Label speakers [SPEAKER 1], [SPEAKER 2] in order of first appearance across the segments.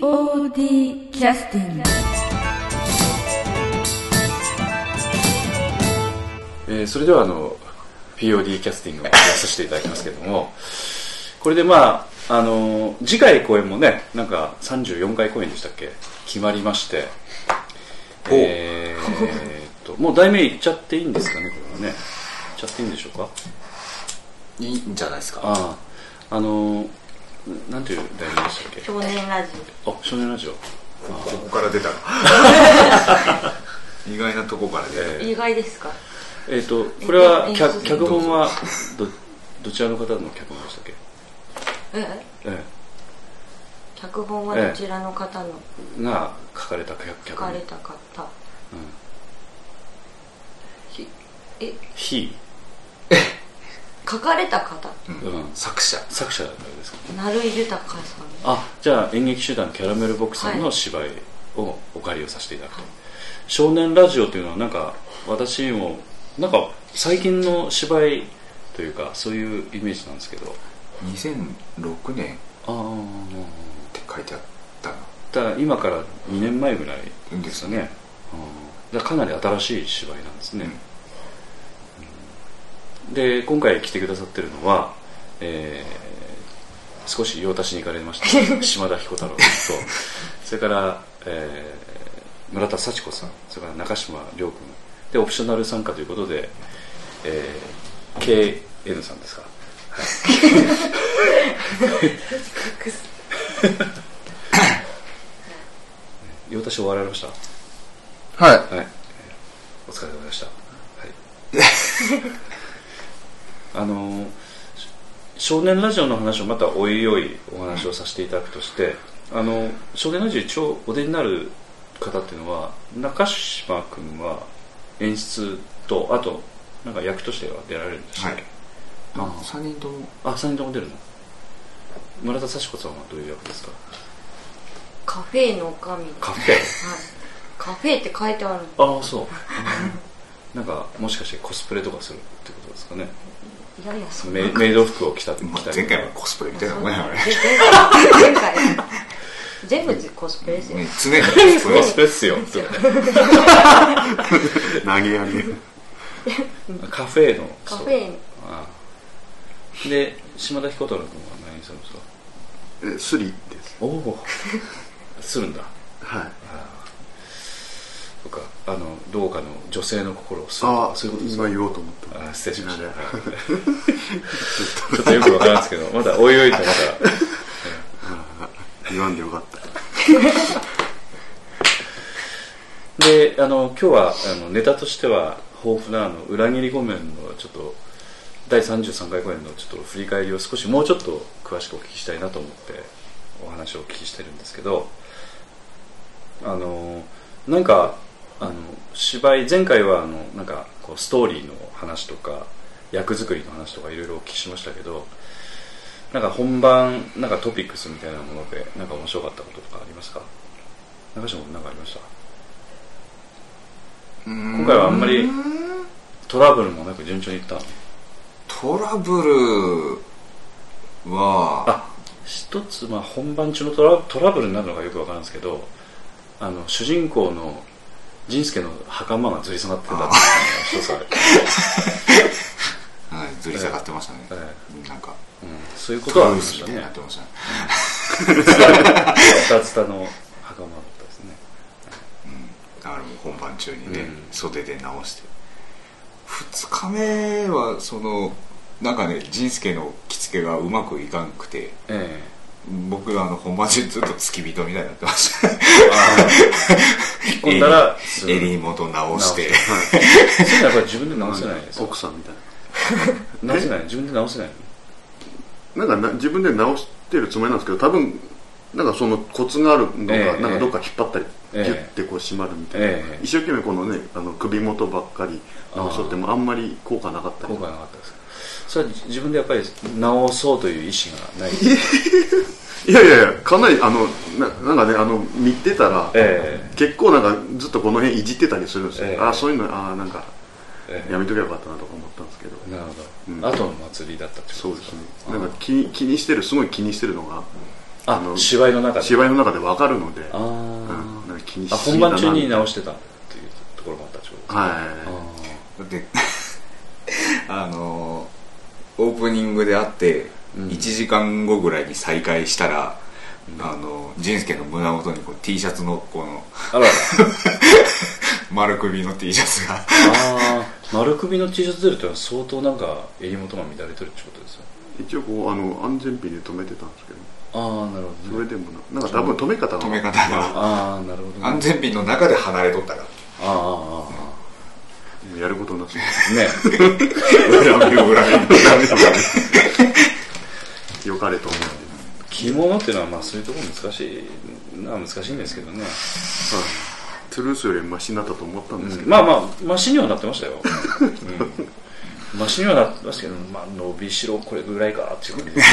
[SPEAKER 1] POD キャスティング
[SPEAKER 2] えーそれではあの POD キャスティングをやらさせていただきますけれどもこれでまああの次回公演もねなんか34回公演でしたっけ決まりましてえーっともう題名言っちゃっていいんですかねこれはね言っちゃっていいんでしょうか
[SPEAKER 3] いいんじゃないですか
[SPEAKER 2] あああのなんていう題名でしたっけ
[SPEAKER 4] 少年ラジ
[SPEAKER 2] あ少年ラジオ
[SPEAKER 5] ここから出た意外なとこから出た、
[SPEAKER 4] オ意外ですか
[SPEAKER 2] えーっとこれは
[SPEAKER 4] えっと
[SPEAKER 2] 脚脚本はどどちらの方の脚本でしたっけ
[SPEAKER 4] え
[SPEAKER 2] え
[SPEAKER 4] 脚本はどちらの方の
[SPEAKER 2] えが書かれた脚
[SPEAKER 4] 書
[SPEAKER 2] 脚
[SPEAKER 4] か
[SPEAKER 2] 本
[SPEAKER 4] れた方、ひえ
[SPEAKER 2] 「非
[SPEAKER 4] 書かれた方」
[SPEAKER 2] うん、
[SPEAKER 3] 作者
[SPEAKER 2] 作者だったんですか
[SPEAKER 4] 成井豊さん
[SPEAKER 2] あじゃあ演劇集団キャラメルボックスさん
[SPEAKER 4] は
[SPEAKER 2] の
[SPEAKER 4] い
[SPEAKER 2] 芝居をお借りをさせていただくと、少年ラジオというのはなんか私もなんか最近の芝居というかそういうイメージなんですけど
[SPEAKER 5] 2006年っ
[SPEAKER 2] ああ
[SPEAKER 5] て書いてあったの
[SPEAKER 2] だから今から2年前ぐらいですよね、
[SPEAKER 5] で
[SPEAKER 2] うん、だからかなり新しい芝居なんですね、うんで今回来てくださってるのは、えー少し用足しに行かれました島田彦太郎さんとそれから、えー村田幸子さんそれから中島亮君でオプショナル参加ということで、えー KN さんですか用足し終わられました
[SPEAKER 3] はい
[SPEAKER 2] はい。お疲れ様でした。はい。 あの、し少年ラジオの話をまたおいおいお話をさせていただくとして、あの、少年ラジオ一応お出になる方っていうのは、中島くんは演出と、あと、なんか役としては出られるんでしたっけ、あ
[SPEAKER 5] 3人とも
[SPEAKER 2] あ、3人とも出るの村田幸子さんはどういう役ですか
[SPEAKER 4] カフェの女将です
[SPEAKER 2] カフェ
[SPEAKER 4] はい、カフェって書いてある
[SPEAKER 2] ああ、そう。なんか、もしかしてコスプレとかするってことですかね。
[SPEAKER 4] いやいやそんな
[SPEAKER 2] メイメイド服を着た着
[SPEAKER 5] まあ
[SPEAKER 2] たり
[SPEAKER 5] 前回はコスプレみたいなもんや俺
[SPEAKER 4] ぜ前回前回全部コスプレですよ
[SPEAKER 5] ね常にコスプ
[SPEAKER 2] コスプレっすよ
[SPEAKER 5] レ投げやり
[SPEAKER 2] カフェの
[SPEAKER 4] カフェ
[SPEAKER 2] ああで島田彦太郎君は何するんですか
[SPEAKER 3] えスリです
[SPEAKER 2] おおするんだ
[SPEAKER 3] はい
[SPEAKER 2] とかあのどうかの女性の心をすると
[SPEAKER 3] あ
[SPEAKER 2] か
[SPEAKER 3] あ
[SPEAKER 2] そういうことです
[SPEAKER 3] 今
[SPEAKER 2] か
[SPEAKER 3] 言おうと思った
[SPEAKER 2] あ失礼しました
[SPEAKER 3] なる
[SPEAKER 2] ちょっとよくわからんですけどまだおいおいとまた
[SPEAKER 3] 言わんでよかった
[SPEAKER 2] であの今日はあのネタとしては豊富なあの裏切り御免のちょっと第33回公演のちょっと振り返りを少しもうちょっと詳しくお聞きしたいなと思ってお話をお聞きしてるんですけどあのなんかあの芝居前回はあのなんかこうストーリーの話とか役作りの話とかいろいろお聞きしましたけどなんか本番なんかトピックスみたいなものでなんか面白かったこととかありますか中島君なんかありました今
[SPEAKER 5] 今
[SPEAKER 2] 回はあんまりトラブルもなく順調にいった
[SPEAKER 5] トラブルは
[SPEAKER 2] あ一つ、まあ、本番中のトラトラブルになるのかよくわからんですけどあの主人公の仁助の袴がずり下がってたっていうのが一つある、
[SPEAKER 5] はいずり下がってましたね
[SPEAKER 2] え
[SPEAKER 5] なんか
[SPEAKER 2] えうん、そういうことはあ
[SPEAKER 5] ト
[SPEAKER 2] り
[SPEAKER 5] ゥー
[SPEAKER 2] ま
[SPEAKER 5] ス
[SPEAKER 2] し
[SPEAKER 5] み
[SPEAKER 2] た
[SPEAKER 5] たいにな
[SPEAKER 2] ね
[SPEAKER 5] ってましたね
[SPEAKER 2] ツタツタの袴だったですね
[SPEAKER 5] だからもう本番中にね、
[SPEAKER 2] うん
[SPEAKER 5] 袖で直して2日目はそのなんかね仁助の着付けがうまくいかんくて
[SPEAKER 2] え
[SPEAKER 5] 僕はあの本番中ずっと付き人みたいになってました
[SPEAKER 2] え引っ 込んだらすぐ
[SPEAKER 5] 襟元直して
[SPEAKER 2] 直そういうのはやっぱり自分で直せないです か
[SPEAKER 3] 奥さんみたい
[SPEAKER 2] 直せない自分で直せない
[SPEAKER 3] ななんかな自分で直してるつもりなんですけど多分なんかそのコツがあるのが、
[SPEAKER 2] ええ
[SPEAKER 3] なんかどっか引っ張ったり、
[SPEAKER 2] ええ
[SPEAKER 3] ギュッてこう締まるみたいな、
[SPEAKER 2] ええ
[SPEAKER 3] 一生懸命このねあの首元ばっかり直しとってもあんまり効果なかったり
[SPEAKER 2] 効果なかったですかそれは自分でやっぱり直そうという意思がない
[SPEAKER 3] いやいやいやかなりあのななんかねあの見てたら、
[SPEAKER 2] ええ
[SPEAKER 3] 結構なんかずっとこの辺いじってたりするんですよ、
[SPEAKER 2] ええ
[SPEAKER 3] ああそういうのああなんか
[SPEAKER 2] ええ
[SPEAKER 3] やめとけばよかったなとか思ったんですけど、
[SPEAKER 2] なるほど、
[SPEAKER 3] う
[SPEAKER 2] 後
[SPEAKER 3] ん
[SPEAKER 2] の祭りだったってこと
[SPEAKER 3] そうですね
[SPEAKER 2] あ
[SPEAKER 3] なんか気に気にしてるすごい気にしてるのが
[SPEAKER 2] あ
[SPEAKER 3] の
[SPEAKER 2] 芝居の中で
[SPEAKER 3] 芝居の中で分かるので、
[SPEAKER 2] あ
[SPEAKER 3] うん、
[SPEAKER 2] ー、
[SPEAKER 3] なんか気にし
[SPEAKER 2] あ
[SPEAKER 3] す
[SPEAKER 2] 本
[SPEAKER 3] ぎだ
[SPEAKER 2] 番
[SPEAKER 3] な
[SPEAKER 2] 中に直してたっていうところもあったちょうど
[SPEAKER 3] は
[SPEAKER 5] だって あのーオープニングであって
[SPEAKER 2] うん
[SPEAKER 5] 1時間後ぐらいに再開したら、あの仁助の胸元にこう T シャツのこの
[SPEAKER 2] あらら
[SPEAKER 5] 丸首の T シャツ が
[SPEAKER 2] あー丸首の T シャツ出るってのは相当なんか襟元が乱れてるってことですよ
[SPEAKER 3] い一応こうあの安全ピンで止めてたんですけど
[SPEAKER 2] ああなるほ
[SPEAKER 3] そ
[SPEAKER 2] ど、
[SPEAKER 3] れ
[SPEAKER 2] ね、
[SPEAKER 3] でもななんか多分止め方が
[SPEAKER 5] 止め方が
[SPEAKER 2] ああなるほど、ね、
[SPEAKER 5] 安全ピンの中で離れとったから
[SPEAKER 2] あーあーあ
[SPEAKER 3] もうやることになって
[SPEAKER 2] ーね
[SPEAKER 5] 裏目を裏目
[SPEAKER 3] よかれと思って、
[SPEAKER 2] 着物っていうのはまあそういうところ難しいのは難しいんですけどね、
[SPEAKER 3] はい、トゥルースよりマシになったと思ったんですけど、
[SPEAKER 2] まあまあマシにはなってましたよ、うん、マシにはなってましたけど、まあ、伸びしろこれぐらいかっていう感じ です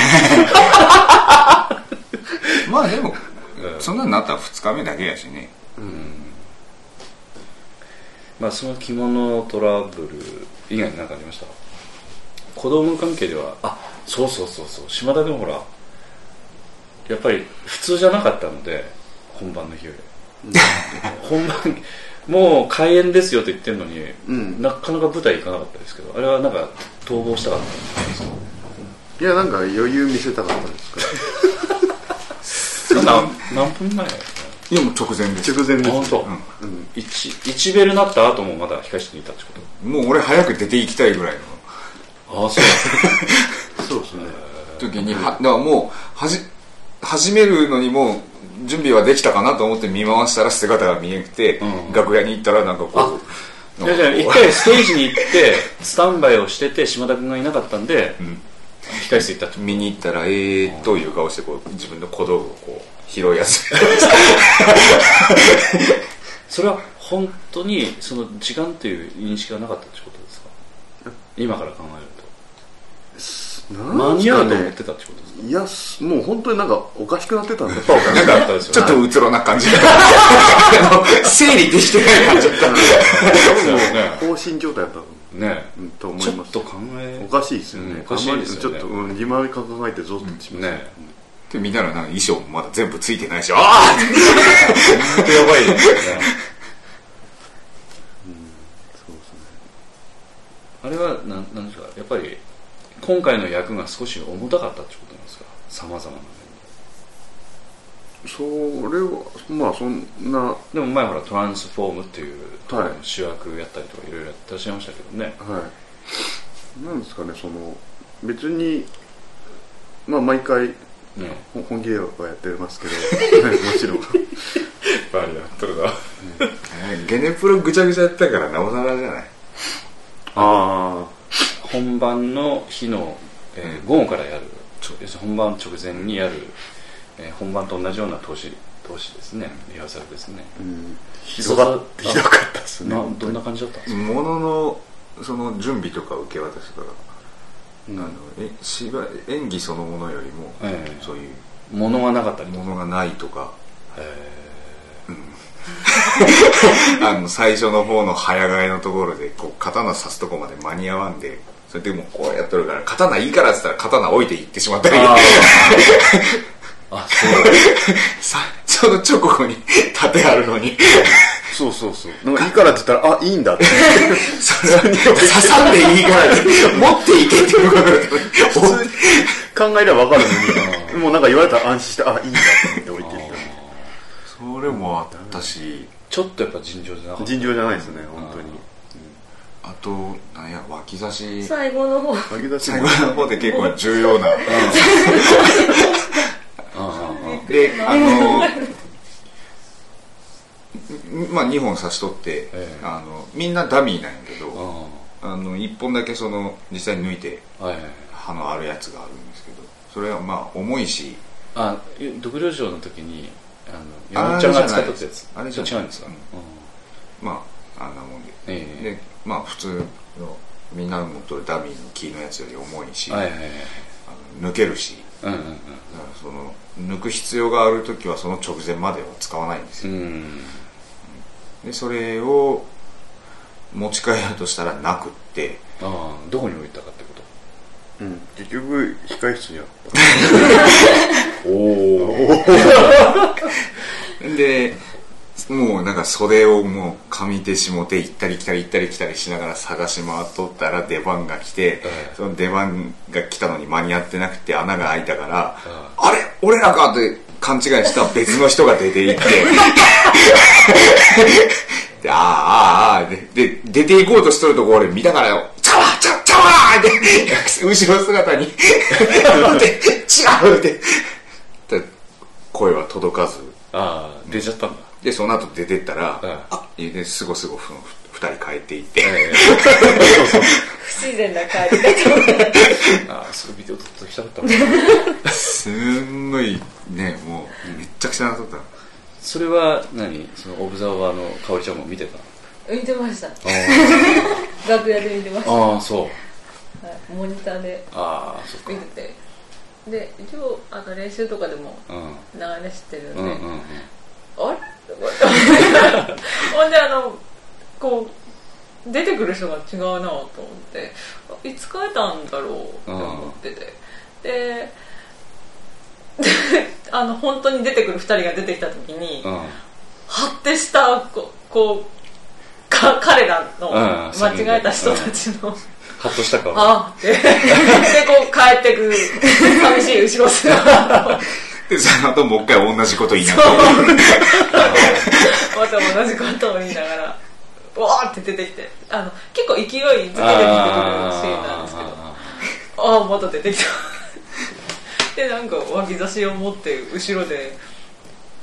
[SPEAKER 5] まあでも
[SPEAKER 2] うん
[SPEAKER 5] そんなんなったら2日目だけやしね
[SPEAKER 2] まあその着物トラブル以外に何かありました子供関係ではあそうそうそうそう島田君ほらやっぱり普通じゃなかったので本番の日よ り本番もう開演ですよと言ってるのに、
[SPEAKER 3] うん
[SPEAKER 2] なかなか舞台行かなかったですけどあれはなんか逃亡したかったんですか
[SPEAKER 3] いやなんか余裕見せたかっ たですから
[SPEAKER 2] そんな何分前
[SPEAKER 5] いやもう直前です
[SPEAKER 3] 直前です
[SPEAKER 2] 本当、
[SPEAKER 3] うん
[SPEAKER 2] 一一ベルなった後もまだ控室にいたってこと
[SPEAKER 5] もう俺早く出ていきたいぐらいの
[SPEAKER 2] ああそう
[SPEAKER 3] そうですね
[SPEAKER 5] 時にはだからもうはじ始めるのにもう準備はできたかなと思って見回したら姿が見えなくて、
[SPEAKER 2] うん
[SPEAKER 5] 楽屋に行ったらなんかこう
[SPEAKER 2] いやじゃあ
[SPEAKER 5] なん
[SPEAKER 2] 一
[SPEAKER 5] かこ
[SPEAKER 2] 回ステージに行ってスタンバイをしてて島田君がいなかったんで、
[SPEAKER 5] ん
[SPEAKER 2] 控室行ったって
[SPEAKER 5] う見に行ったらえーという顔してこう自分の小道具をこう拾いやすい
[SPEAKER 2] それは本当にその時間という認識がなかったってことですか今から考えると間
[SPEAKER 3] 何
[SPEAKER 2] に合うと思ってたってことですか
[SPEAKER 3] いやすもう本当になんかおかしくなってたんで す
[SPEAKER 2] やっぱおかしかったですよね
[SPEAKER 5] ちょっとうつろな感じ あの整理できてない感じ
[SPEAKER 2] そうですよね
[SPEAKER 3] 放心状態だったと思
[SPEAKER 2] ね
[SPEAKER 3] ううんと思
[SPEAKER 2] ちょ
[SPEAKER 3] いま
[SPEAKER 2] っ
[SPEAKER 3] す
[SPEAKER 2] と考え
[SPEAKER 3] おかしいですよね、
[SPEAKER 2] うんおかしいですよね
[SPEAKER 3] あんまりちょっと、うん、今考えてゾッとしました、
[SPEAKER 2] ね
[SPEAKER 5] で見たらなんか衣装もまだ全部ついてないしああ
[SPEAKER 2] 本 当やばいですよね
[SPEAKER 3] そうですね
[SPEAKER 2] あれはなんなんですかやっぱり今回の役が少し重たかったってことなんですかさまざまな面
[SPEAKER 3] それはまあそんなは
[SPEAKER 2] でも前ほらトランスフォームっていう、主役やったりとかいろいろやってらっしゃいましたけどね
[SPEAKER 3] いなんですかねその別にまあ毎回
[SPEAKER 2] ね
[SPEAKER 3] ほ本気ではやってますけど、 はいもちろん
[SPEAKER 2] バリやっとるな
[SPEAKER 5] ゲネプロぐちゃぐちゃやったからなおさらじゃない
[SPEAKER 3] あ
[SPEAKER 2] 本番の日の、えー午後からやるちょ要するに本番直前にやる、えー本番と同じような投資投資ですねリハーサルですね
[SPEAKER 3] あうんひどかったひどかったですね
[SPEAKER 2] などんな感じだったんですか
[SPEAKER 5] もののその準備とか受け渡しとか、あのえ芝居演技そのものよりも、
[SPEAKER 2] ええ
[SPEAKER 5] そういう
[SPEAKER 2] 物がなかったりとか
[SPEAKER 5] ものがないとか
[SPEAKER 2] え
[SPEAKER 5] あの最初の方の早替えのところでこう刀刺すとこまで間に合わんでそれでもうこうやっとるから刀いいからっつったら刀置いていってしまったり
[SPEAKER 2] ーあそうだ
[SPEAKER 5] さその直後に立てあるのに
[SPEAKER 3] そうそうそうなんかいいからって言ったらあいいんだって
[SPEAKER 5] それは 刺さんでいいからって持っていけって言われて
[SPEAKER 3] 考えればわかるの にもうなんか言われたら安心してあいいんだって思って置いてる
[SPEAKER 5] それもあったし
[SPEAKER 2] ちょっとやっぱ尋常じゃなかった
[SPEAKER 3] 尋常じゃないですね本当に
[SPEAKER 5] あとなんや脇差し
[SPEAKER 4] 最後の方
[SPEAKER 3] 負け出し
[SPEAKER 5] 最
[SPEAKER 3] も
[SPEAKER 5] 後の方で結構重要なであの まあ2本差し取って、
[SPEAKER 2] ええ
[SPEAKER 5] あのみんなダミーなんやけど
[SPEAKER 2] あ
[SPEAKER 5] あの1本だけその実際に抜いて
[SPEAKER 2] あはいはいはい
[SPEAKER 5] 刃のあるやつがあるんですけどそれはまあ重いし
[SPEAKER 2] あ独領場の時にあの山本
[SPEAKER 5] あ
[SPEAKER 2] ちゃんが使ったってやつ
[SPEAKER 5] あれじゃない
[SPEAKER 2] 違うんですか、
[SPEAKER 5] うん
[SPEAKER 2] うん
[SPEAKER 5] まああんなもんで、
[SPEAKER 2] ええ
[SPEAKER 5] でまあ普通のみんな持っとるダミーの木のやつより重いし、
[SPEAKER 2] はいはいはい
[SPEAKER 5] あの抜けるし
[SPEAKER 2] うんうん
[SPEAKER 5] だからその抜く必要がある時はその直前までは使わないんです
[SPEAKER 2] う
[SPEAKER 5] よ、
[SPEAKER 2] ん
[SPEAKER 5] でそれを持ち帰るとしたらなくって
[SPEAKER 2] ああどこに置いたかってこと
[SPEAKER 3] うん、結局控え室にあった
[SPEAKER 5] でもうなんか袖をもう上手下手行ったり来たり行ったり来たりしながら探し回っとったら出番が来て、その出番が来たのに間に合ってなくて穴が開いたから、あれ俺らかって勘違いした別の人が出て行ってでああああああでで出て行こうとしとるとこ俺見たからよ「ちゃわちゃちゃわ!」って後ろ姿にで「違う!」ってで声は届かず
[SPEAKER 2] ああ出ちゃったんだ
[SPEAKER 5] で、その後出てったら、
[SPEAKER 2] うん
[SPEAKER 5] あですごすごふ二人帰っていって、
[SPEAKER 4] 不自然な帰り方
[SPEAKER 2] ああそれビデオ撮っときたかった な
[SPEAKER 5] すんごいね、もう、めっちゃくちゃなさった。
[SPEAKER 2] それは何そのオブザーバーの香織ちゃんも見てた
[SPEAKER 4] 見てました
[SPEAKER 2] あ
[SPEAKER 4] 楽屋で見てました、
[SPEAKER 2] あああそう
[SPEAKER 4] はい、モニターで
[SPEAKER 2] ああそっか
[SPEAKER 4] 見ててで一応あの練習とかでも
[SPEAKER 2] うん
[SPEAKER 4] 流れしてるんで、
[SPEAKER 2] うんうんうん
[SPEAKER 4] あれって思ってほんであのこう出てくる人が違うなと思ってあいつ変えたんだろうって思っててであの本当に出てくる2人が出てきた時に
[SPEAKER 2] うん
[SPEAKER 4] 発展したこうこうか彼らの
[SPEAKER 2] うん
[SPEAKER 4] 間違えた人たちの、
[SPEAKER 2] ハッとした顔
[SPEAKER 4] あってでこう帰ってく寂しい後ろ姿を
[SPEAKER 5] で、その後もう一回同じこと言いなが
[SPEAKER 4] そ
[SPEAKER 5] ら
[SPEAKER 4] う。また同じことを言いながらわーって出てきてあの結構勢いづけて出てくるシーンなんですけど
[SPEAKER 2] あ
[SPEAKER 4] ああまた出てきた でなんか脇差しを持って後ろで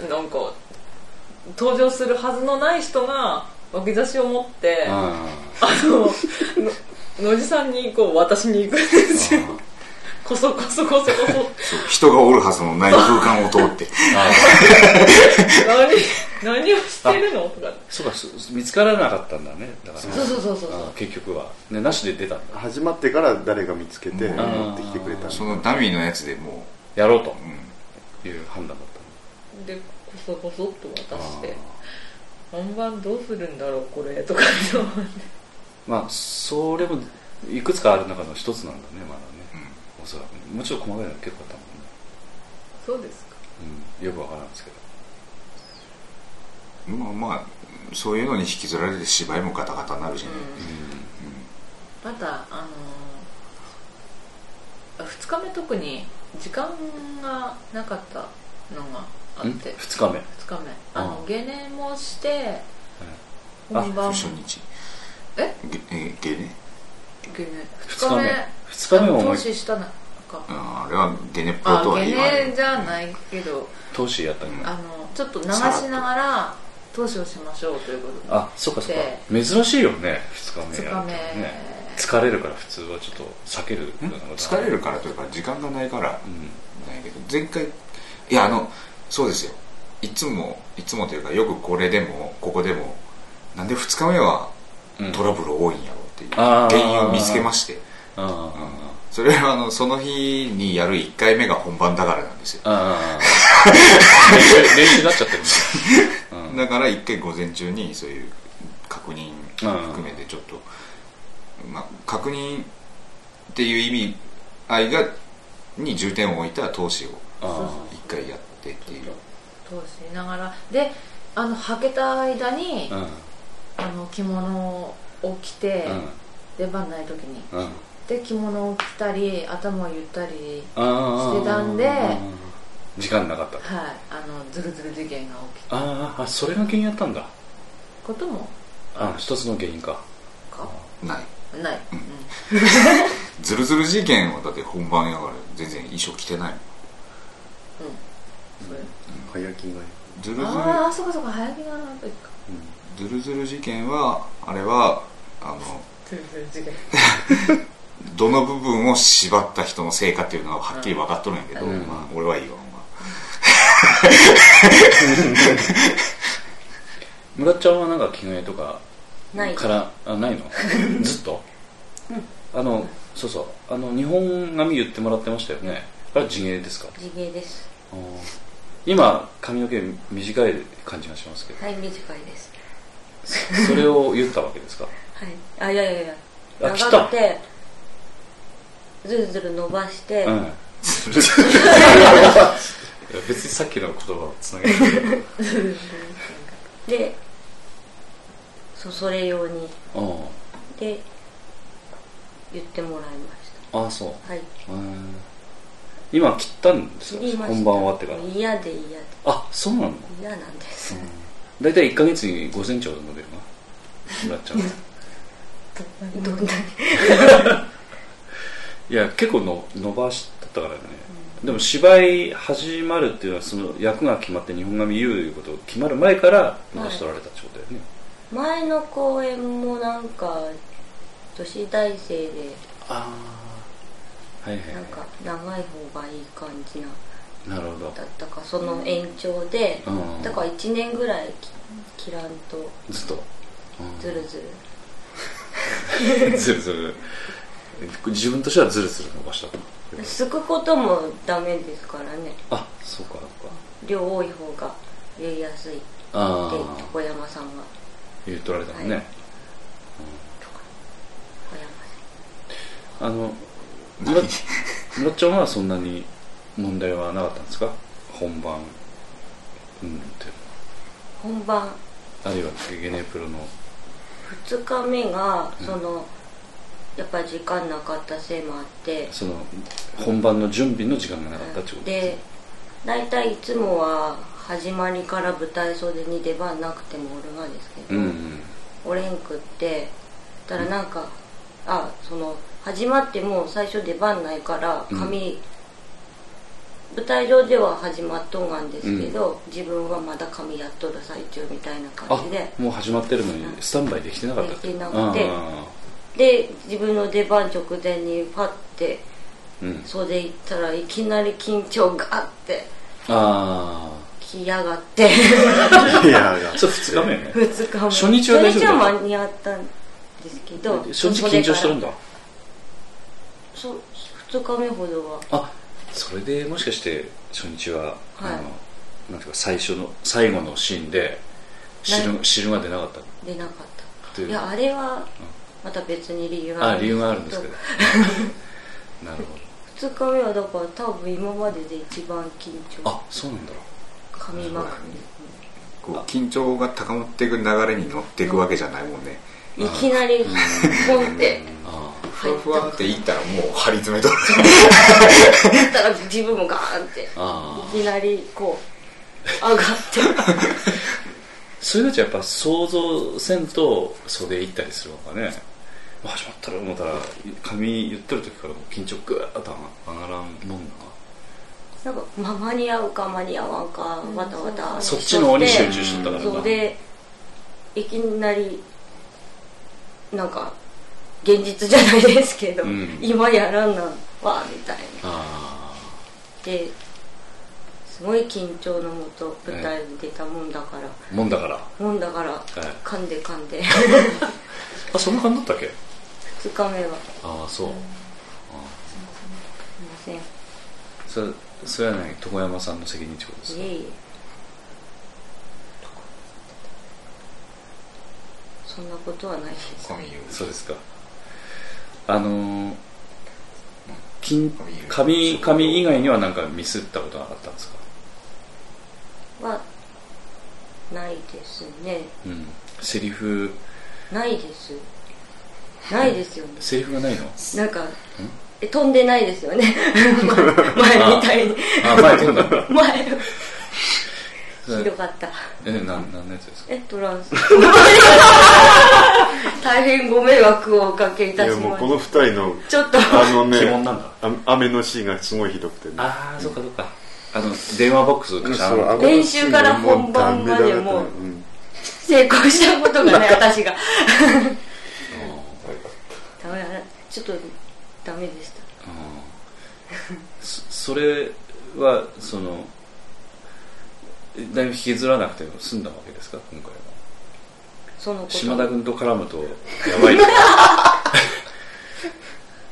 [SPEAKER 4] なんか登場するはずのない人が脇差しを持って
[SPEAKER 2] あ
[SPEAKER 4] あ
[SPEAKER 2] あ
[SPEAKER 4] のの野地さんにこう渡しに行くんですよこそこそこそこそ
[SPEAKER 5] 人がおるはずのない空間を通って。
[SPEAKER 2] あ
[SPEAKER 4] 何何をしてるのとか
[SPEAKER 2] そうかそ見つからなかったんだねだから
[SPEAKER 4] そうそうそうそう
[SPEAKER 2] ああ結局はねなしで出たんだ
[SPEAKER 3] 始まってから誰が見つけて
[SPEAKER 5] うん
[SPEAKER 3] 持ってきてくれたんだ
[SPEAKER 5] そのダミーのやつでも
[SPEAKER 2] やろう
[SPEAKER 5] う、うん、
[SPEAKER 2] という判断だった
[SPEAKER 4] でこそこそっと渡して本番どうするんだろうこれとかって思って
[SPEAKER 2] まあそれもいくつかある中の一つなんだねまだね、おそらくねもうちょっと細かいのは結構あったもんね
[SPEAKER 4] そうですか
[SPEAKER 2] うん、よくわからんですけど
[SPEAKER 5] まあまあ、そういうのに引きずられて芝居もガタガタになるじゃない。
[SPEAKER 4] またあのー、2日目特に時間がなかったのがあ
[SPEAKER 2] う
[SPEAKER 4] っ
[SPEAKER 2] ん
[SPEAKER 4] て2
[SPEAKER 2] 2日目
[SPEAKER 4] 日目あの
[SPEAKER 2] うん
[SPEAKER 4] ゲネもして
[SPEAKER 2] あ
[SPEAKER 4] 本番も
[SPEAKER 5] 初日。
[SPEAKER 4] え
[SPEAKER 5] げえゲネ
[SPEAKER 4] ゲネ
[SPEAKER 2] 2
[SPEAKER 4] 2
[SPEAKER 2] 日
[SPEAKER 4] 日
[SPEAKER 2] 目
[SPEAKER 4] 目
[SPEAKER 2] 2日目も思い
[SPEAKER 4] 投資したなか
[SPEAKER 5] ああれはゲネプロと
[SPEAKER 4] あ
[SPEAKER 5] は
[SPEAKER 4] ゲ
[SPEAKER 5] 言わない。
[SPEAKER 4] ネじゃないけど
[SPEAKER 2] 投資やったんだ
[SPEAKER 4] あのちょっと流しながら投資をしましょうということで
[SPEAKER 2] あそっかそっか
[SPEAKER 4] で
[SPEAKER 2] 珍しいよね2日目やる
[SPEAKER 4] 2日目、
[SPEAKER 2] とね疲れるから普通はちょっと避ける
[SPEAKER 5] ん疲れ
[SPEAKER 2] る
[SPEAKER 5] るからというか時間がないから
[SPEAKER 2] うん
[SPEAKER 5] ないけど前回いやあのそうですよいつもいつもというかよくこれでもここでもなんで2日目は
[SPEAKER 2] うん
[SPEAKER 5] トラブル多いんやろうっていう
[SPEAKER 2] あー
[SPEAKER 5] 原因を見つけまして
[SPEAKER 2] ああ
[SPEAKER 5] それはあのその日にやる1回目が本番だからなんですよ
[SPEAKER 2] ああああ練習練習になっちゃってるもんね
[SPEAKER 5] だから1回午前中にそういう確認含めてちょっと、まあ、確認っていう意味合いがに重点を置いた投資を
[SPEAKER 2] うんあ
[SPEAKER 5] 1回やってっていう
[SPEAKER 4] 通しながらであの履けた間に、
[SPEAKER 2] あうん
[SPEAKER 4] あの着物を着て、出番ない時に
[SPEAKER 2] うんうん
[SPEAKER 4] で着物を着たり頭をゆったり
[SPEAKER 2] ああ
[SPEAKER 4] してたんで
[SPEAKER 2] 時間なかった
[SPEAKER 4] はいあのズルズル事件が起きた
[SPEAKER 2] あああそれが原因やったんだ
[SPEAKER 4] ことも
[SPEAKER 2] ああ一つの原因か
[SPEAKER 4] か
[SPEAKER 5] ない
[SPEAKER 4] ない、うん
[SPEAKER 5] ズルズル事件はだって本番やから全然衣装着てないもん
[SPEAKER 4] それ
[SPEAKER 3] 早着替
[SPEAKER 5] ズル
[SPEAKER 4] あーあそこそこ早着がなとか
[SPEAKER 5] ズルズルズル事件はあれはあの
[SPEAKER 4] ズルズル事件
[SPEAKER 5] どの部分を縛った人のせいかっていうのははっきり分かっとるんやけど、
[SPEAKER 2] うん
[SPEAKER 5] まあ、俺はいいわ、ま
[SPEAKER 2] 村ちゃんはなんか着替えとか
[SPEAKER 4] ない
[SPEAKER 2] からあ ないのずっと、あのそうそうあの日本髪言ってもらってましたよねあれ地毛ですか
[SPEAKER 6] 地毛です
[SPEAKER 2] あー今髪の毛短い感じがしますけど
[SPEAKER 6] はい短いです
[SPEAKER 2] それ を言ったわけですか
[SPEAKER 6] はいあいやいやいや
[SPEAKER 2] あ切っ
[SPEAKER 6] 長
[SPEAKER 2] た
[SPEAKER 6] くてずるずる伸ばして、
[SPEAKER 2] うん、いや 別にさっきの言葉をつなげて
[SPEAKER 6] でそうそれ用に
[SPEAKER 2] うん
[SPEAKER 6] で言ってもらいまし
[SPEAKER 2] ああそう
[SPEAKER 6] たはい
[SPEAKER 2] へー今切ったんです
[SPEAKER 6] 言い
[SPEAKER 2] よ
[SPEAKER 6] ました
[SPEAKER 2] 本番終わってから
[SPEAKER 6] 嫌で嫌で
[SPEAKER 2] あそうなの
[SPEAKER 6] 嫌なんです、
[SPEAKER 2] 大体1ヶ月に5センチほど伸びるななっちゃ う
[SPEAKER 6] どんな
[SPEAKER 2] はいや結構の伸ばしたからね、でも芝居始まるっていうのはその役が決まって日本髪言うということが決まる前から任せ取られたってことだよね、
[SPEAKER 6] 前の公演もなんか女子大生で
[SPEAKER 2] ああはいはい
[SPEAKER 6] なんか長い方がいい感じな
[SPEAKER 2] なるほど
[SPEAKER 6] だったかその延長で
[SPEAKER 2] うん
[SPEAKER 6] だから1年ぐらいき切らんと
[SPEAKER 2] ずっと、
[SPEAKER 6] ずるずる
[SPEAKER 2] うん、 ずるずる自分としてはずるずる伸ばしたと
[SPEAKER 6] すくこともダメですからね
[SPEAKER 2] あそうかそうか
[SPEAKER 6] 量多い方が入れやすいって
[SPEAKER 2] ああ
[SPEAKER 6] 小山さんは
[SPEAKER 2] 言うとられたもんね、
[SPEAKER 6] はい小山
[SPEAKER 2] あの村村ちゃんはそんなに問題はなかったんですか本番うんって
[SPEAKER 6] さん本番
[SPEAKER 2] あるいはゲネプロの
[SPEAKER 6] 2日目がその、やっぱ時間なかったせいもあって
[SPEAKER 2] その本番の準備の時間がなかったってことです
[SPEAKER 6] で
[SPEAKER 2] ね
[SPEAKER 6] 大体いつもは始まりから舞台袖に出番なくても俺がですけ
[SPEAKER 2] う
[SPEAKER 6] ど、
[SPEAKER 2] んうん
[SPEAKER 6] おれんくってたらなんか、あその始まってもう最初出番ないから
[SPEAKER 2] うん
[SPEAKER 6] 髪、舞台上では始まっとんがんですけど、自分はまだ髪やっとる最中みたいな感
[SPEAKER 2] あ
[SPEAKER 6] じで
[SPEAKER 2] もう始まってるのにスタンバイできてなかった
[SPEAKER 6] できなくて
[SPEAKER 2] あ
[SPEAKER 6] で自分の出番直前にパッて
[SPEAKER 2] ーうん
[SPEAKER 6] 袖行ったらいきなり緊張があって
[SPEAKER 2] あ
[SPEAKER 6] 来や がって
[SPEAKER 3] いやいや
[SPEAKER 2] あそう2日目ね
[SPEAKER 6] 2日も
[SPEAKER 2] 初日は大丈夫だった
[SPEAKER 6] 初日は間に合ったんですけど
[SPEAKER 2] 初日緊張してるん
[SPEAKER 6] だ
[SPEAKER 2] だ
[SPEAKER 6] そう2日目ほどは
[SPEAKER 2] あそれでもしかして初日は、
[SPEAKER 6] はい
[SPEAKER 2] あのなんていうか最初の最後のシーンで汁汁が出なかった
[SPEAKER 6] 出なかっ
[SPEAKER 2] と
[SPEAKER 6] た
[SPEAKER 2] いう
[SPEAKER 6] いやあれはまた別に理由が
[SPEAKER 2] あ理由があるんですけどなるほ
[SPEAKER 6] 2日目はだから多分今までで一番緊
[SPEAKER 2] ど
[SPEAKER 6] 張
[SPEAKER 2] あそうなんだ
[SPEAKER 6] 噛みまく
[SPEAKER 5] こう緊張が高まっていく流れに乗っていくわけじゃないもんね
[SPEAKER 6] りいきなりポンって
[SPEAKER 2] あ
[SPEAKER 5] ふわふわって言ったらもう張り詰めとる
[SPEAKER 6] やったら自分もガーンってい
[SPEAKER 2] あ
[SPEAKER 6] きなりこう上がって
[SPEAKER 2] そういうのじゃやっぱ想像せんと袖行ったりするのかね始まったら思ったら髪言ってる時からもう緊張グーッと上がらんもんな
[SPEAKER 6] なんか、まあ、間に合うか間に合わんかわたわた
[SPEAKER 2] そっちの方に
[SPEAKER 6] しとっ
[SPEAKER 2] 集中
[SPEAKER 6] て
[SPEAKER 2] しとったから
[SPEAKER 6] そう
[SPEAKER 2] な
[SPEAKER 6] でいきなりなんか現実じゃないですけど、
[SPEAKER 2] うん
[SPEAKER 6] 今やらんなんわみたいな
[SPEAKER 2] あ
[SPEAKER 6] ですごい緊張のもと舞台に出たもんだから、
[SPEAKER 2] あもんだから
[SPEAKER 6] もんだから
[SPEAKER 2] い
[SPEAKER 6] 噛んで 噛んで
[SPEAKER 2] あそんな感じだったっけ
[SPEAKER 6] 2日目は
[SPEAKER 2] ああそう
[SPEAKER 6] すいませんい
[SPEAKER 2] それそれはね床山さんの責任ってことですね
[SPEAKER 6] えいえそんなことはないです
[SPEAKER 5] 髪を
[SPEAKER 2] そうですかあのー金
[SPEAKER 5] 髪
[SPEAKER 2] 紙紙以外には何かミスったことはあったんですか、
[SPEAKER 6] はないですね
[SPEAKER 2] うん、セリフ
[SPEAKER 6] ないですないですよね
[SPEAKER 2] セリフがないの
[SPEAKER 6] なんかえ飛んでないですよ ね前前みたいに
[SPEAKER 2] あ前飛んだんだ
[SPEAKER 6] 前
[SPEAKER 2] そ
[SPEAKER 6] ひ
[SPEAKER 2] れ
[SPEAKER 6] どかった
[SPEAKER 2] えな何のやつですか
[SPEAKER 6] えトラ ンス大変ご迷惑をおかけい
[SPEAKER 3] い
[SPEAKER 6] たし
[SPEAKER 3] やも
[SPEAKER 6] ま
[SPEAKER 3] う
[SPEAKER 6] し
[SPEAKER 3] この
[SPEAKER 6] た
[SPEAKER 3] 二人の
[SPEAKER 6] ちょっと
[SPEAKER 3] あのね
[SPEAKER 2] 鬼門なんだ
[SPEAKER 3] あ雨のシーンがすごいひどくてね
[SPEAKER 2] ああそっかそっかあの電話ボックスガシャン
[SPEAKER 3] そう
[SPEAKER 6] 練習から本番までもう
[SPEAKER 3] うん
[SPEAKER 6] 成功したことが ない私がダメだなちょっとダメでした
[SPEAKER 2] そそれはそのだいぶ引きずらなくても済んだわけですか今回は
[SPEAKER 6] そのこと
[SPEAKER 2] 島田君と絡むとやばい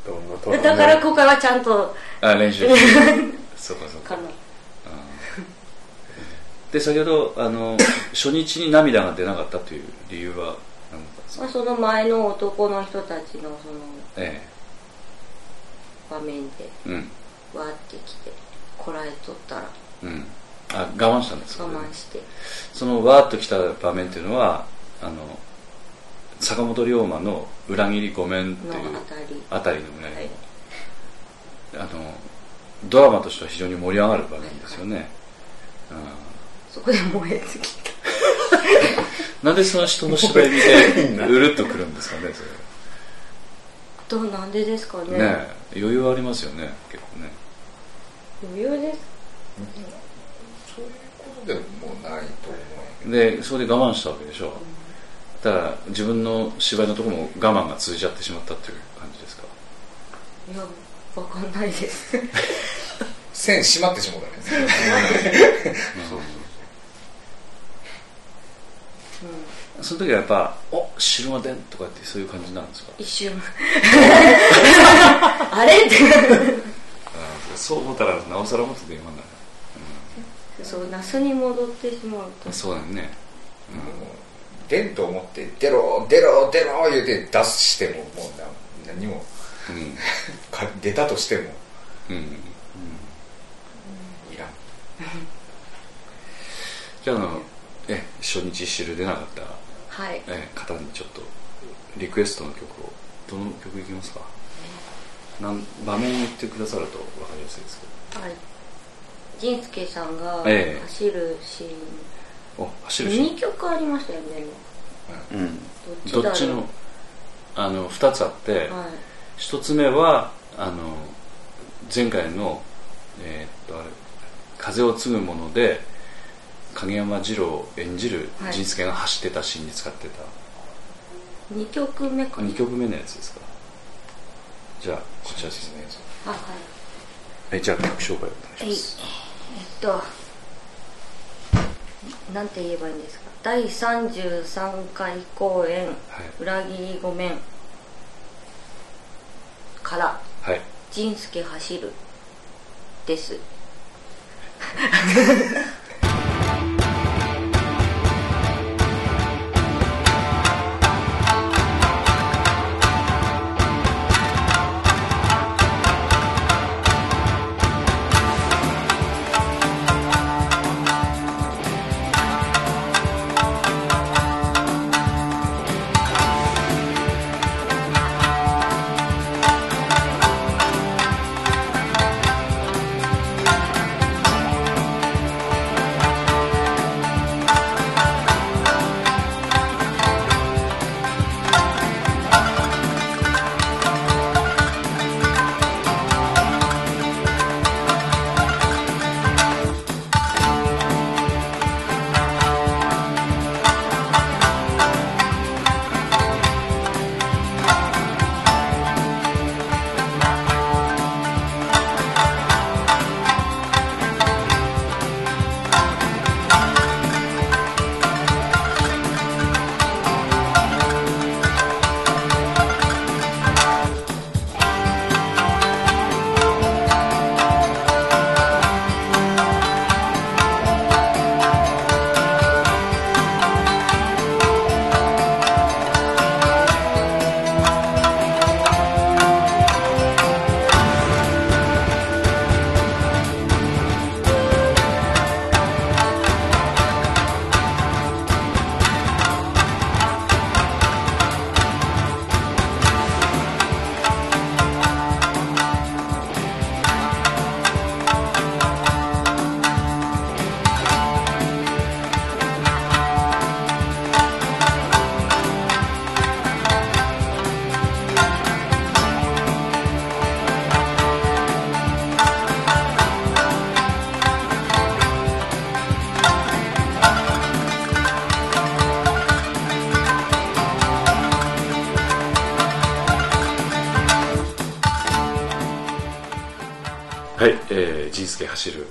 [SPEAKER 3] どんなとこね
[SPEAKER 6] だからここはちゃんと
[SPEAKER 2] あ練習してそうかそう
[SPEAKER 6] か
[SPEAKER 2] か
[SPEAKER 6] な
[SPEAKER 2] で先ほどあの初日に涙が出なかったという理由は何だったんです
[SPEAKER 6] ま
[SPEAKER 2] か
[SPEAKER 6] あ、その前の男の人たちのその
[SPEAKER 2] え
[SPEAKER 6] 場面で
[SPEAKER 2] うん
[SPEAKER 6] わーってきてこらえとったら
[SPEAKER 2] うんあ我慢したんですか
[SPEAKER 6] 我慢して
[SPEAKER 2] そのわーっと来た場面っていうのはあの坂本龍馬の「裏切りごめん」ってい
[SPEAKER 6] の
[SPEAKER 2] う
[SPEAKER 6] あたり
[SPEAKER 2] あたりのぐらい
[SPEAKER 6] はい
[SPEAKER 2] あのドラマとしては非常に盛り上がる場面ですよね、
[SPEAKER 6] そこで燃え尽きた
[SPEAKER 2] うん、なんでその人の芝居見 てうるっとくるんですかねそれ
[SPEAKER 6] どうなんでですかね
[SPEAKER 2] ねえ余裕ありますよね結構ね
[SPEAKER 6] 余裕です
[SPEAKER 5] そういうことでもないと思
[SPEAKER 2] でそれで我慢したわけでしょだから自分の芝居のところも我慢が通じちゃってしまったっていう感じですか
[SPEAKER 6] いやわかんないです
[SPEAKER 5] う線閉まってしまうからね
[SPEAKER 2] その時はやっぱ「お白馬伝」とかってそういう感じなんですか
[SPEAKER 6] 一瞬 あれって
[SPEAKER 2] そう思ったらなおさらもっと電話になる
[SPEAKER 6] そう夏に戻ってしまうと
[SPEAKER 2] そうだよね
[SPEAKER 5] 出んと思って出ろ出ろ出ろ言うて出すしてももうな何も
[SPEAKER 2] う
[SPEAKER 5] か出たとしても
[SPEAKER 2] ん、うん、
[SPEAKER 5] いらん
[SPEAKER 2] じゃああのえ初日汁出なかった
[SPEAKER 6] はい
[SPEAKER 2] え方にちょっとリクエストの曲をどの曲いきますかなん場面言ってくださると分かりやすいですけ
[SPEAKER 6] はい仁助さんが
[SPEAKER 2] ええ
[SPEAKER 6] 走るシーン、
[SPEAKER 2] どお走るシー
[SPEAKER 6] 二曲ありましたよね
[SPEAKER 3] う
[SPEAKER 2] ン
[SPEAKER 6] ど
[SPEAKER 3] ん
[SPEAKER 6] っちだ
[SPEAKER 2] ど
[SPEAKER 6] ろ
[SPEAKER 2] っ
[SPEAKER 6] う
[SPEAKER 2] ちのあの2つあって、
[SPEAKER 6] はい
[SPEAKER 2] 一つ目はあの前回の、えーっとあれ風を継ぐもので影山二郎演じる
[SPEAKER 6] はい
[SPEAKER 2] 仁助が走ってたシーンに使ってた、
[SPEAKER 6] 二曲目か
[SPEAKER 2] 二2曲目のやつですかじゃあこちらですね
[SPEAKER 6] あはい
[SPEAKER 2] えじゃあ曲紹介をお願いし
[SPEAKER 6] えっとなんて言えばいいんですか第33回公演
[SPEAKER 2] はい
[SPEAKER 6] 「裏切りごめん」から
[SPEAKER 2] ますはい
[SPEAKER 6] 「仁助走る」です
[SPEAKER 2] はい、えー、仁助走る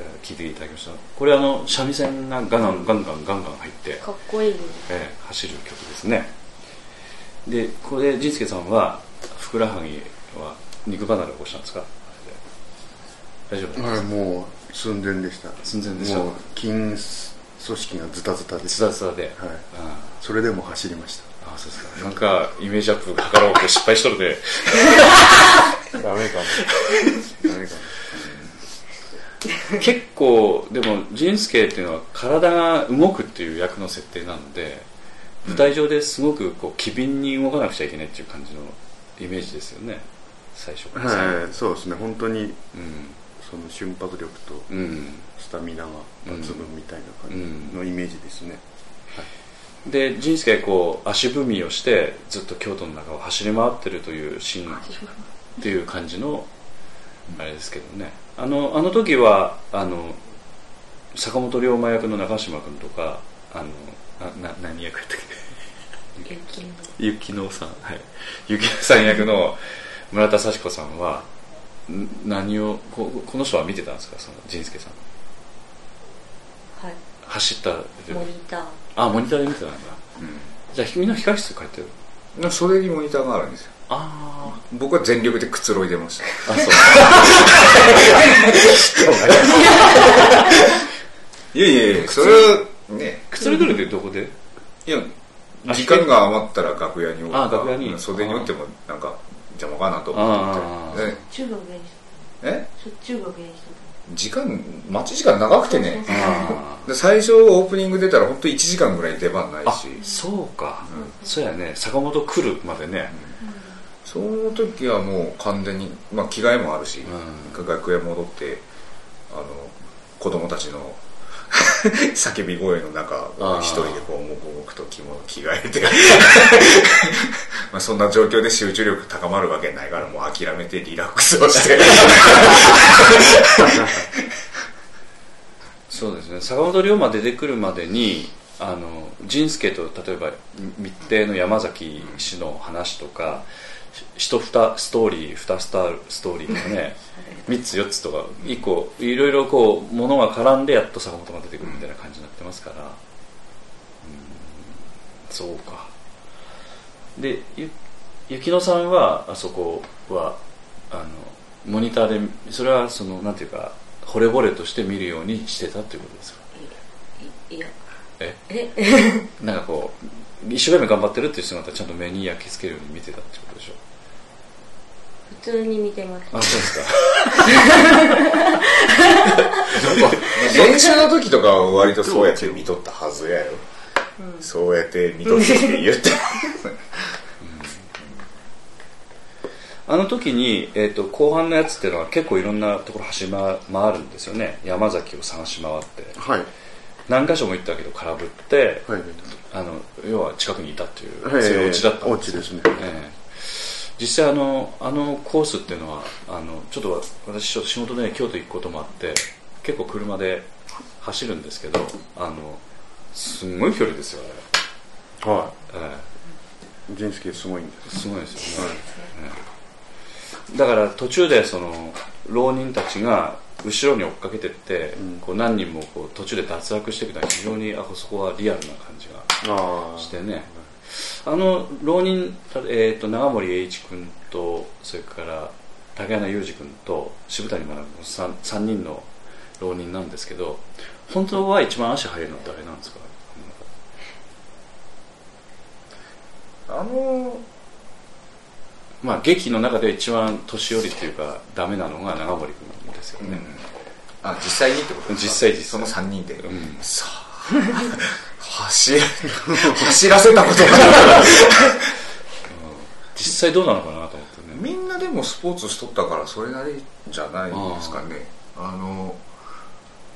[SPEAKER 2] えー聞いていただきましたこれあの三味線がガンガンガンガンガン入って
[SPEAKER 6] かっこいいね
[SPEAKER 2] えー走る曲ですねでこれで仁助さんはふくらはぎは肉離れを起こしたんですか大丈夫なんです
[SPEAKER 3] はい、もう寸前でした
[SPEAKER 2] 寸前でした
[SPEAKER 3] もう筋組織がズタズタで
[SPEAKER 2] つ
[SPEAKER 3] す
[SPEAKER 2] だつだで、
[SPEAKER 3] はい
[SPEAKER 2] あ
[SPEAKER 3] それでも走りました
[SPEAKER 2] あそうですかなんかイメージアップがかろうと失敗しとるで ダメかもダメかも結構でも仁助っていうのは体が動くっていう役の設定なので舞台上ですごくこう機敏に動かなくちゃいけないっていう感じのイメージですよね最初から最後
[SPEAKER 3] はいそうですね本当に
[SPEAKER 2] う
[SPEAKER 3] その瞬発力と
[SPEAKER 2] んうん
[SPEAKER 3] スタミナが抜群みたいな感じのイメージですね、
[SPEAKER 2] で仁助がこう足踏みをしてずっと京都の中を走り回ってるというシーンっていう感じのあれですけどねあのあの時はあの坂本龍馬役の中島君とかあのあな何役やったっけゆきのさんはいゆきのさん役の村田幸子さんはん何をここの人は見てたんですかその仁助さん
[SPEAKER 6] はい
[SPEAKER 2] 走った時
[SPEAKER 6] モニター
[SPEAKER 2] あモニターで見てたんだじゃあみんな控室帰ってる
[SPEAKER 5] うん、それにモニターがあるんですよ
[SPEAKER 2] ああ
[SPEAKER 5] 僕は全力でくつろいでました
[SPEAKER 2] あ、 そう。
[SPEAKER 5] いやいやいやそれはね
[SPEAKER 2] くつろいでるってどこで
[SPEAKER 5] いや
[SPEAKER 2] あ
[SPEAKER 5] 時間が余ったら楽屋に
[SPEAKER 2] あ楽屋に
[SPEAKER 5] うん袖におってもなんか邪魔かなと
[SPEAKER 2] あ
[SPEAKER 5] 思って
[SPEAKER 2] ー
[SPEAKER 5] ね
[SPEAKER 6] 中国原始
[SPEAKER 5] え
[SPEAKER 6] そっ中国原始
[SPEAKER 5] 時間待ち時間長くてね
[SPEAKER 2] あ
[SPEAKER 5] で最初オープニング出たら本当1時間ぐらい出 番ない
[SPEAKER 2] あ
[SPEAKER 5] し、
[SPEAKER 2] そうか。そうやね。坂本来るまでね。
[SPEAKER 5] その時はもう完全に、まあ、着替えもあるし、
[SPEAKER 2] う
[SPEAKER 5] 楽屋戻ってあの子供たちの 叫び声の中
[SPEAKER 2] あー
[SPEAKER 5] 一人でこうもくもくと着物着替えて まあそんな状況で集中力高まるわけないからもう諦めてリラックスを して
[SPEAKER 2] そうですね。坂本龍馬出てくるまでに、あの、仁助と例えば密偵の山崎氏の話とか、し一二ストーリー、二スターストーリーとかね、三つ四つとか、一個、いろいろこう、ものが絡んでやっと坂本が出てくるみたいな感じになってますから。うんそうか。でゆ雪乃さんはあそこはあのモニターでそれはそのなんていうか惚れ惚れとして見るようにしてたっていうことですか
[SPEAKER 6] いいや
[SPEAKER 2] え
[SPEAKER 6] え
[SPEAKER 2] なんかこう一生懸命頑張ってるっていう姿をちゃんと目に焼き付けるように見てたってことで しょ
[SPEAKER 6] 普通に見てます
[SPEAKER 2] あそうですか
[SPEAKER 5] 練習の時とかは割とそうやって見とったはずやよ、そうやって見とってって言って
[SPEAKER 2] あの時に、えー、と後半のやつっていうのは結構いろんなところ走り回回るんですよね山崎を探し回って
[SPEAKER 3] はい
[SPEAKER 2] 何箇所も行ったけど空振って
[SPEAKER 3] はい
[SPEAKER 2] あの要は近くにいたっていう、
[SPEAKER 3] はい
[SPEAKER 2] そういうオチだったん
[SPEAKER 3] お
[SPEAKER 2] です
[SPEAKER 3] 家
[SPEAKER 2] よ
[SPEAKER 3] ですね
[SPEAKER 2] ええ実際あのあのコースっていうのはあのちょっと私ちょっと仕事でね京都行くこともあって結構車で走るんですけどあのすんごい距離ですよ
[SPEAKER 3] は
[SPEAKER 2] あれ、え
[SPEAKER 3] い仁助すごいんです
[SPEAKER 2] えすごいですよね、ええだから途中でその浪人たちが後ろに追っかけてって、こう何人もこう途中で脱落していくのは非常にあそこはリアルな感じが
[SPEAKER 3] あ
[SPEAKER 2] してねあの浪人、たえー、と長森栄一君とそれから竹穴裕二君と渋谷学君の 3, 三人の浪人なんですけど本当は一番足速いのは誰なんですか
[SPEAKER 5] あの
[SPEAKER 2] まあ劇の中で一番年寄りっていうかダメなのが長森君ですよね、
[SPEAKER 5] あ実際にってことですか
[SPEAKER 2] 実際実際
[SPEAKER 5] その3人で、
[SPEAKER 2] ん
[SPEAKER 5] さあ走走らせたことがない
[SPEAKER 2] 実際どうなのかなと思ってね
[SPEAKER 5] みんなでもスポーツしとったからそれなりじゃないですかねあの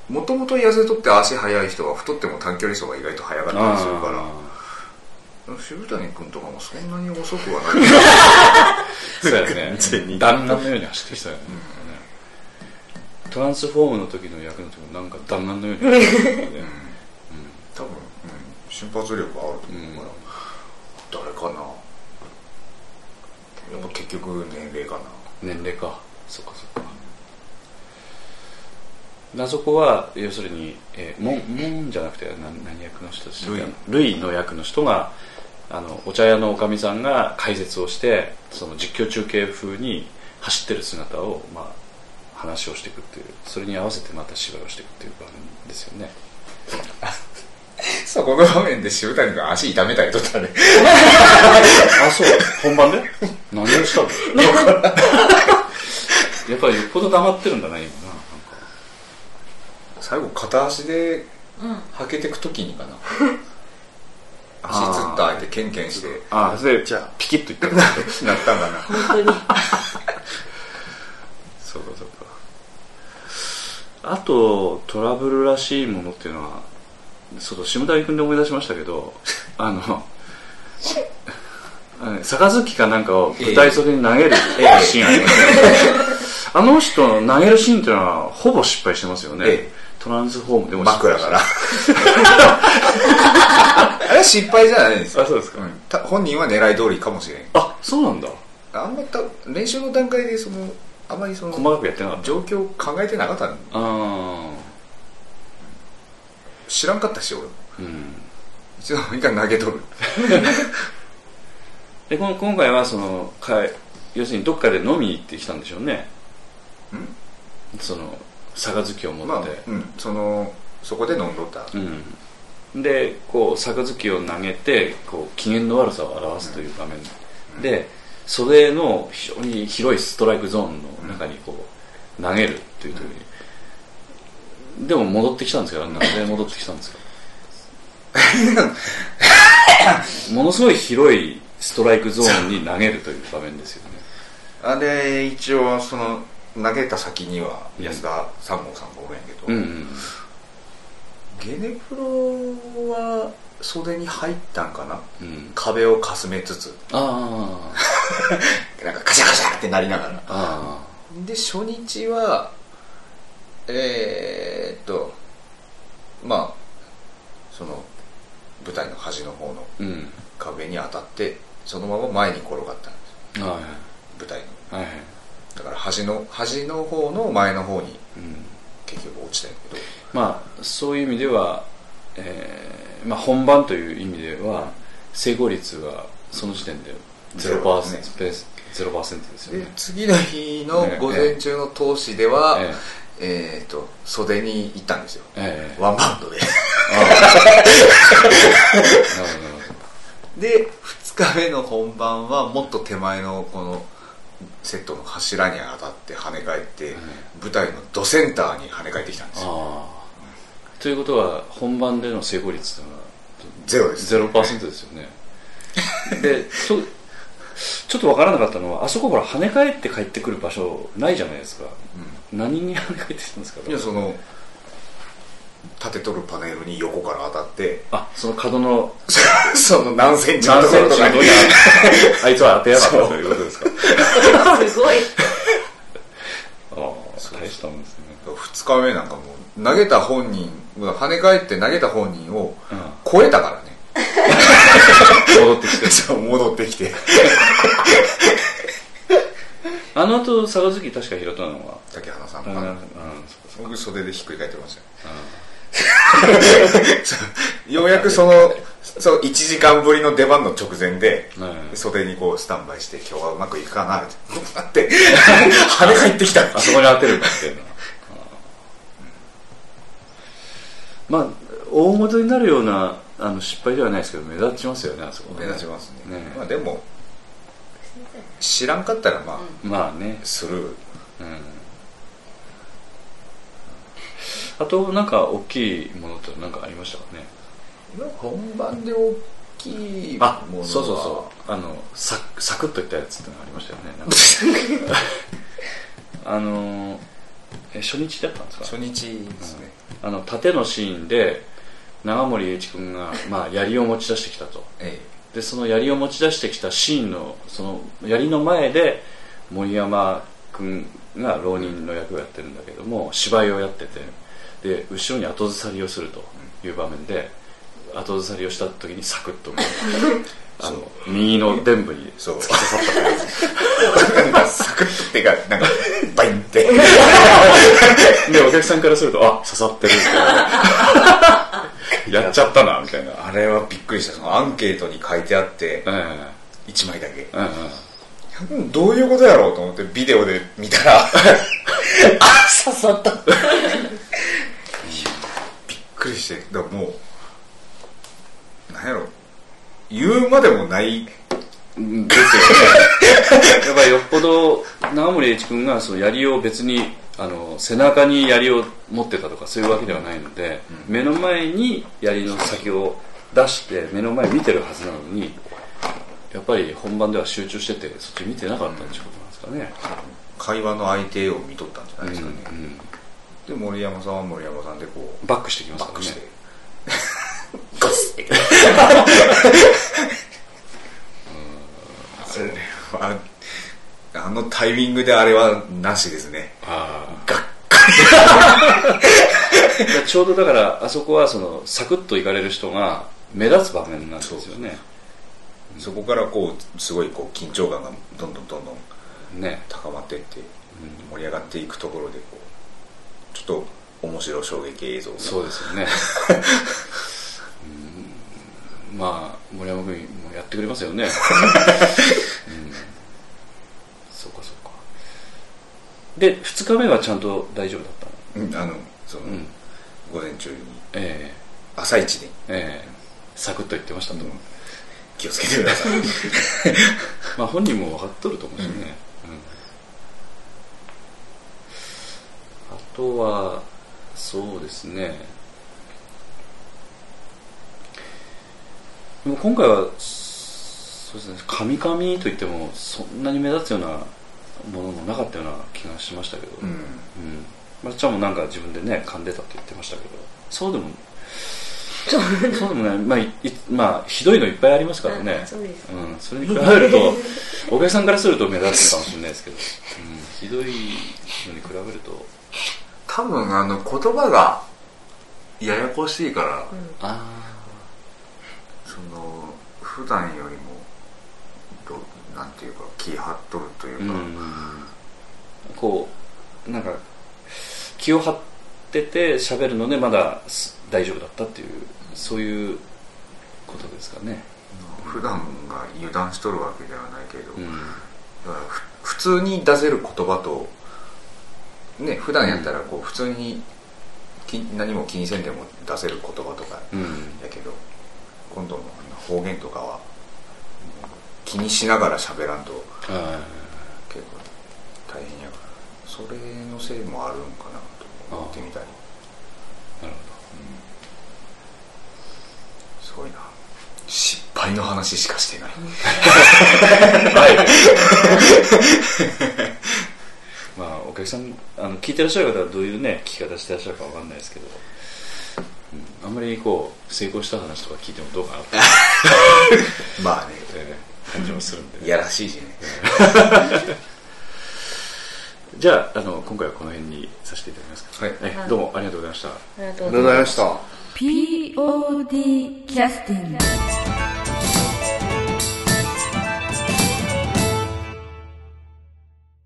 [SPEAKER 5] もともと痩せとって足速い人は太っても短距離走が意外と速かったりするから渋谷君とかもそんなに遅くはない
[SPEAKER 2] そうやね
[SPEAKER 3] 完全に
[SPEAKER 2] 弾丸のように走ってきたよね、トランスフォームの時の役の時もなんか弾丸のように走ってきたよね
[SPEAKER 5] 多分、うん、瞬発力はあると思うから、誰かなやっぱ結局年齢かな
[SPEAKER 2] 年齢かそっかそっかあそこは要するに、えー、もんもんじゃなくてな何役の人でしたっけルイの役の人があのお茶屋のおかみさんが解説をしてその実況中継風に走ってる姿を、まあ、話をしていくっていうそれに合わせてまた芝居をしていくっていう場面ですよ ね
[SPEAKER 5] さあこの場面で渋谷君足痛めたりとったね
[SPEAKER 2] あそう本番で何をしたのやっぱりよっぽど黙ってるんだな今ななんか
[SPEAKER 5] 最後片足で
[SPEAKER 4] うん
[SPEAKER 5] 履けてく時に かな足つった相手ケンケンして
[SPEAKER 2] ああそれじゃあピキッといったんだ
[SPEAKER 5] なったんだ な
[SPEAKER 6] 本当に
[SPEAKER 2] そうかそうかあとトラブルらしいものっていうのはそう下谷君で思い出しましたけ どあのあのね杯かなんかを舞台袖に投げるシーンあります よねあの人の投げるシーンっていうのはほぼ失敗してますよね、
[SPEAKER 5] え
[SPEAKER 2] トランスフォームでも失敗
[SPEAKER 5] 枕
[SPEAKER 2] して
[SPEAKER 5] か
[SPEAKER 2] る
[SPEAKER 5] らあれは失敗じゃないですよ
[SPEAKER 2] あそうですか
[SPEAKER 5] んた本人は狙い通りかもしれん
[SPEAKER 2] あそうなんだ
[SPEAKER 5] あんまた練習の段階でそのあまりそ
[SPEAKER 2] 細
[SPEAKER 5] の
[SPEAKER 2] かくやってなかった
[SPEAKER 5] 状況を考えてなかったの
[SPEAKER 2] あ
[SPEAKER 5] 知らんかったし俺
[SPEAKER 2] あうん
[SPEAKER 5] 一度一回投げとる
[SPEAKER 2] でこの今回はそのか要するにどっかで飲みに行ってきたんでしょうねその杯を持って、
[SPEAKER 5] まあうんそのそこで飲んどった
[SPEAKER 2] うん、でこう杯を投げてこう機嫌の悪さを表すという場面で、袖の非常に広いストライクゾーンの中にこう投げるという時に、でも戻ってきたんですけどなぜ戻ってきたんですか ものすごい広いストライクゾーンに投げるという場面ですよね
[SPEAKER 5] あれ一応その投げた先には安田三郷さんがおるんやけど、
[SPEAKER 2] うんうん
[SPEAKER 5] ゲネプロは袖に入ったんかな
[SPEAKER 2] うん
[SPEAKER 5] 壁をかすめつつ
[SPEAKER 2] あー
[SPEAKER 5] なんかカシャカシャってなりながら
[SPEAKER 2] あ
[SPEAKER 5] で初日はえー、っとまあその舞台の端の方の
[SPEAKER 2] ーうん
[SPEAKER 5] 壁に当たってそのまま前に転がったんです
[SPEAKER 2] は
[SPEAKER 5] 舞台の
[SPEAKER 2] いはい
[SPEAKER 5] だから端の端の方の前の方に
[SPEAKER 2] うん
[SPEAKER 5] 結局落ちたんやけど
[SPEAKER 2] まあ、そういう意味では、えーまあ、本番という意味では成功率はその時点で0%パーセントですですよ
[SPEAKER 5] で
[SPEAKER 2] ね。
[SPEAKER 5] 次の日の午前中の投資では、
[SPEAKER 2] え
[SPEAKER 5] えーっと袖に行ったんですよ、
[SPEAKER 2] ええ
[SPEAKER 5] ワンバウンドで
[SPEAKER 2] なるほどなるほ
[SPEAKER 5] で2日目の本番はもっと手前のこのセットの柱に当たって跳ね返って、舞台のドセンターに跳ね返ってきたんですよ
[SPEAKER 2] どああということは本番での成功率というのは
[SPEAKER 5] ゼロです
[SPEAKER 2] 0%ですよね。でとちょっとわからなかったのはあそこほら跳ね返って帰ってくる場所ないじゃないですか、何に跳ね返ってきたんですか
[SPEAKER 5] いやその立てとるパネルに横から当たって
[SPEAKER 2] あその角の
[SPEAKER 5] その何センチの
[SPEAKER 2] 何
[SPEAKER 5] とこ
[SPEAKER 2] セ
[SPEAKER 5] ろ
[SPEAKER 2] ン
[SPEAKER 5] と
[SPEAKER 2] チ
[SPEAKER 5] か
[SPEAKER 2] のと
[SPEAKER 5] に
[SPEAKER 2] こにあいつは当てやがったということですか
[SPEAKER 6] すごい
[SPEAKER 2] ああ大したもんですね
[SPEAKER 5] 2日目なんかもう投げた本人跳ね返って投げた本人を
[SPEAKER 2] うん
[SPEAKER 5] 超えたからね、
[SPEAKER 2] 戻ってきて
[SPEAKER 5] そう戻ってきて
[SPEAKER 2] あの後佐賀月確か拾ったのは
[SPEAKER 5] 竹花さん
[SPEAKER 2] うん
[SPEAKER 5] が、
[SPEAKER 2] うんそう
[SPEAKER 5] 僕袖でひっくり返ってましたよそうようやくそのそう1時間ぶりの出番の直前で、
[SPEAKER 2] うん
[SPEAKER 5] 袖にこうスタンバイして今日はうまくいくかなってなって跳ね返ってきた
[SPEAKER 2] あそこに当てるかっていうのはまあ大元になるようなあの失敗ではないですけど目立ちますよねあそこね
[SPEAKER 5] 目立ちますね
[SPEAKER 2] ね
[SPEAKER 5] まあ、でも知らんかったらまあ、
[SPEAKER 2] まあね
[SPEAKER 5] スルー
[SPEAKER 2] うんあとなんか大きいものって何かありましたかね
[SPEAKER 5] 本番で大きいものは
[SPEAKER 2] あそうそうそうあのサクサクっといったやつってのがありましたよねなんかあのえ初日だったんですか
[SPEAKER 5] 初日ですね、
[SPEAKER 2] あの盾のシーンで長森栄一君が、まあ、槍を持ち出してきたと
[SPEAKER 5] え
[SPEAKER 2] でその槍を持ち出してきたシーンのその槍の前で森山君が浪人の役をやってるんだけども芝居をやっててで後ろに後ずさりをするという場面で後ずさりをした時にサクッとこうあの右の伝部に
[SPEAKER 5] えそうなんかサクッとってかなんかバインって
[SPEAKER 2] でお客さんからするとあ刺さってるみたいなやっちゃったなみたいな、
[SPEAKER 5] あれはびっくりしたそのアンケートに書いてあって
[SPEAKER 2] え
[SPEAKER 5] 1枚だけ
[SPEAKER 2] えうんうん
[SPEAKER 5] うんどういうことやろうと思ってビデオで見たらあ刺さったいやびっくりしてだからもうなんやろ言うまでもない
[SPEAKER 2] ですよねやっぱりよっぽど長森栄一君がその槍を別にあの背中に槍を持ってたとかそういうわけではないので、目の前に槍の先を出して目の前見てるはずなのにやっぱり本番では集中しててそっち見てなかったってことなんですかね、
[SPEAKER 5] 会話の相手を見とったんじゃないですかね、
[SPEAKER 2] うんうん
[SPEAKER 5] で森山さんは森山さんでこう
[SPEAKER 2] バックしてきます
[SPEAKER 5] バ
[SPEAKER 2] か
[SPEAKER 5] ッ
[SPEAKER 2] ら
[SPEAKER 5] ク
[SPEAKER 2] ね
[SPEAKER 5] して、 あれはあのタイミングであれはなしですね
[SPEAKER 2] あ
[SPEAKER 5] がっ
[SPEAKER 2] あだからちょうどだからあそこはそのサクッと行かれる人が目立つ場面なんですよね
[SPEAKER 5] そこからこうすごいこう緊張感がどんどんどんどん
[SPEAKER 2] ね
[SPEAKER 5] 高まっていって盛り上がっていくところでこうちょっと面白い衝撃映像が
[SPEAKER 2] そうですよねうんまあ森山君もやってくれますよね、うん、そうかそうかで2日目はちゃんと大丈夫だったの
[SPEAKER 5] うんあのその、
[SPEAKER 2] うん
[SPEAKER 5] 午前中に
[SPEAKER 2] え
[SPEAKER 5] 朝一で
[SPEAKER 2] えええサクッと言ってましたと、
[SPEAKER 5] 気をつけてください
[SPEAKER 2] まあ本人も分かっとると思うしね、うんあとはそうですねでも今回はそうですねカミカミといってもそんなに目立つようなものもなかったような気がしましたけど、
[SPEAKER 5] うん
[SPEAKER 2] うんまっちゃんもなんか自分でね噛んでたって言ってましたけどそうでも そうでもない、まあいいまあ、ひどいのいっぱいありますからね
[SPEAKER 6] あそうです
[SPEAKER 2] うん、それに比べるとお客さんからすると目立つかもしれないですけど、うん、ひどいのに比べると
[SPEAKER 5] 多分あの言葉がややこしいから、
[SPEAKER 2] あ
[SPEAKER 5] その普段よりもどなんていうか気張っとるという
[SPEAKER 2] あう
[SPEAKER 5] か、
[SPEAKER 2] んこうなんか気を張ってて喋るのでまだす大丈夫だったっていうそういうことですかね、
[SPEAKER 5] 普段が油断しとるわけではないけど、
[SPEAKER 2] うん、
[SPEAKER 5] だからふ普通に出せる言葉とね普段やったらこう普通にき何も気にせんでも出せる言葉とか
[SPEAKER 2] うん
[SPEAKER 5] やけど、今度のあの方言とかは気にしながら喋らんと
[SPEAKER 2] あ
[SPEAKER 5] 結構大変やからそれのせいもあるんかなと思ってみたり
[SPEAKER 2] あなるほど
[SPEAKER 5] すごいな失敗の話しかしてない
[SPEAKER 2] まあ、お客さんあの聞いてらっしゃる方はどういうね聞き方してらっしゃるかわかんないですけど、うん、あんまりこう成功した話とか聞いてもどうかなって
[SPEAKER 5] ま あね
[SPEAKER 2] えー感じもするんで
[SPEAKER 5] いやらしいしね
[SPEAKER 2] じゃああの今回はこの辺にさせていただきますか、
[SPEAKER 5] はい
[SPEAKER 2] えどうもありがとうございました
[SPEAKER 6] ありがとう
[SPEAKER 3] あ
[SPEAKER 6] ご
[SPEAKER 3] り
[SPEAKER 6] ざ
[SPEAKER 3] がと
[SPEAKER 6] いう
[SPEAKER 3] ご
[SPEAKER 6] ます
[SPEAKER 3] ざいました
[SPEAKER 1] POD キャスティング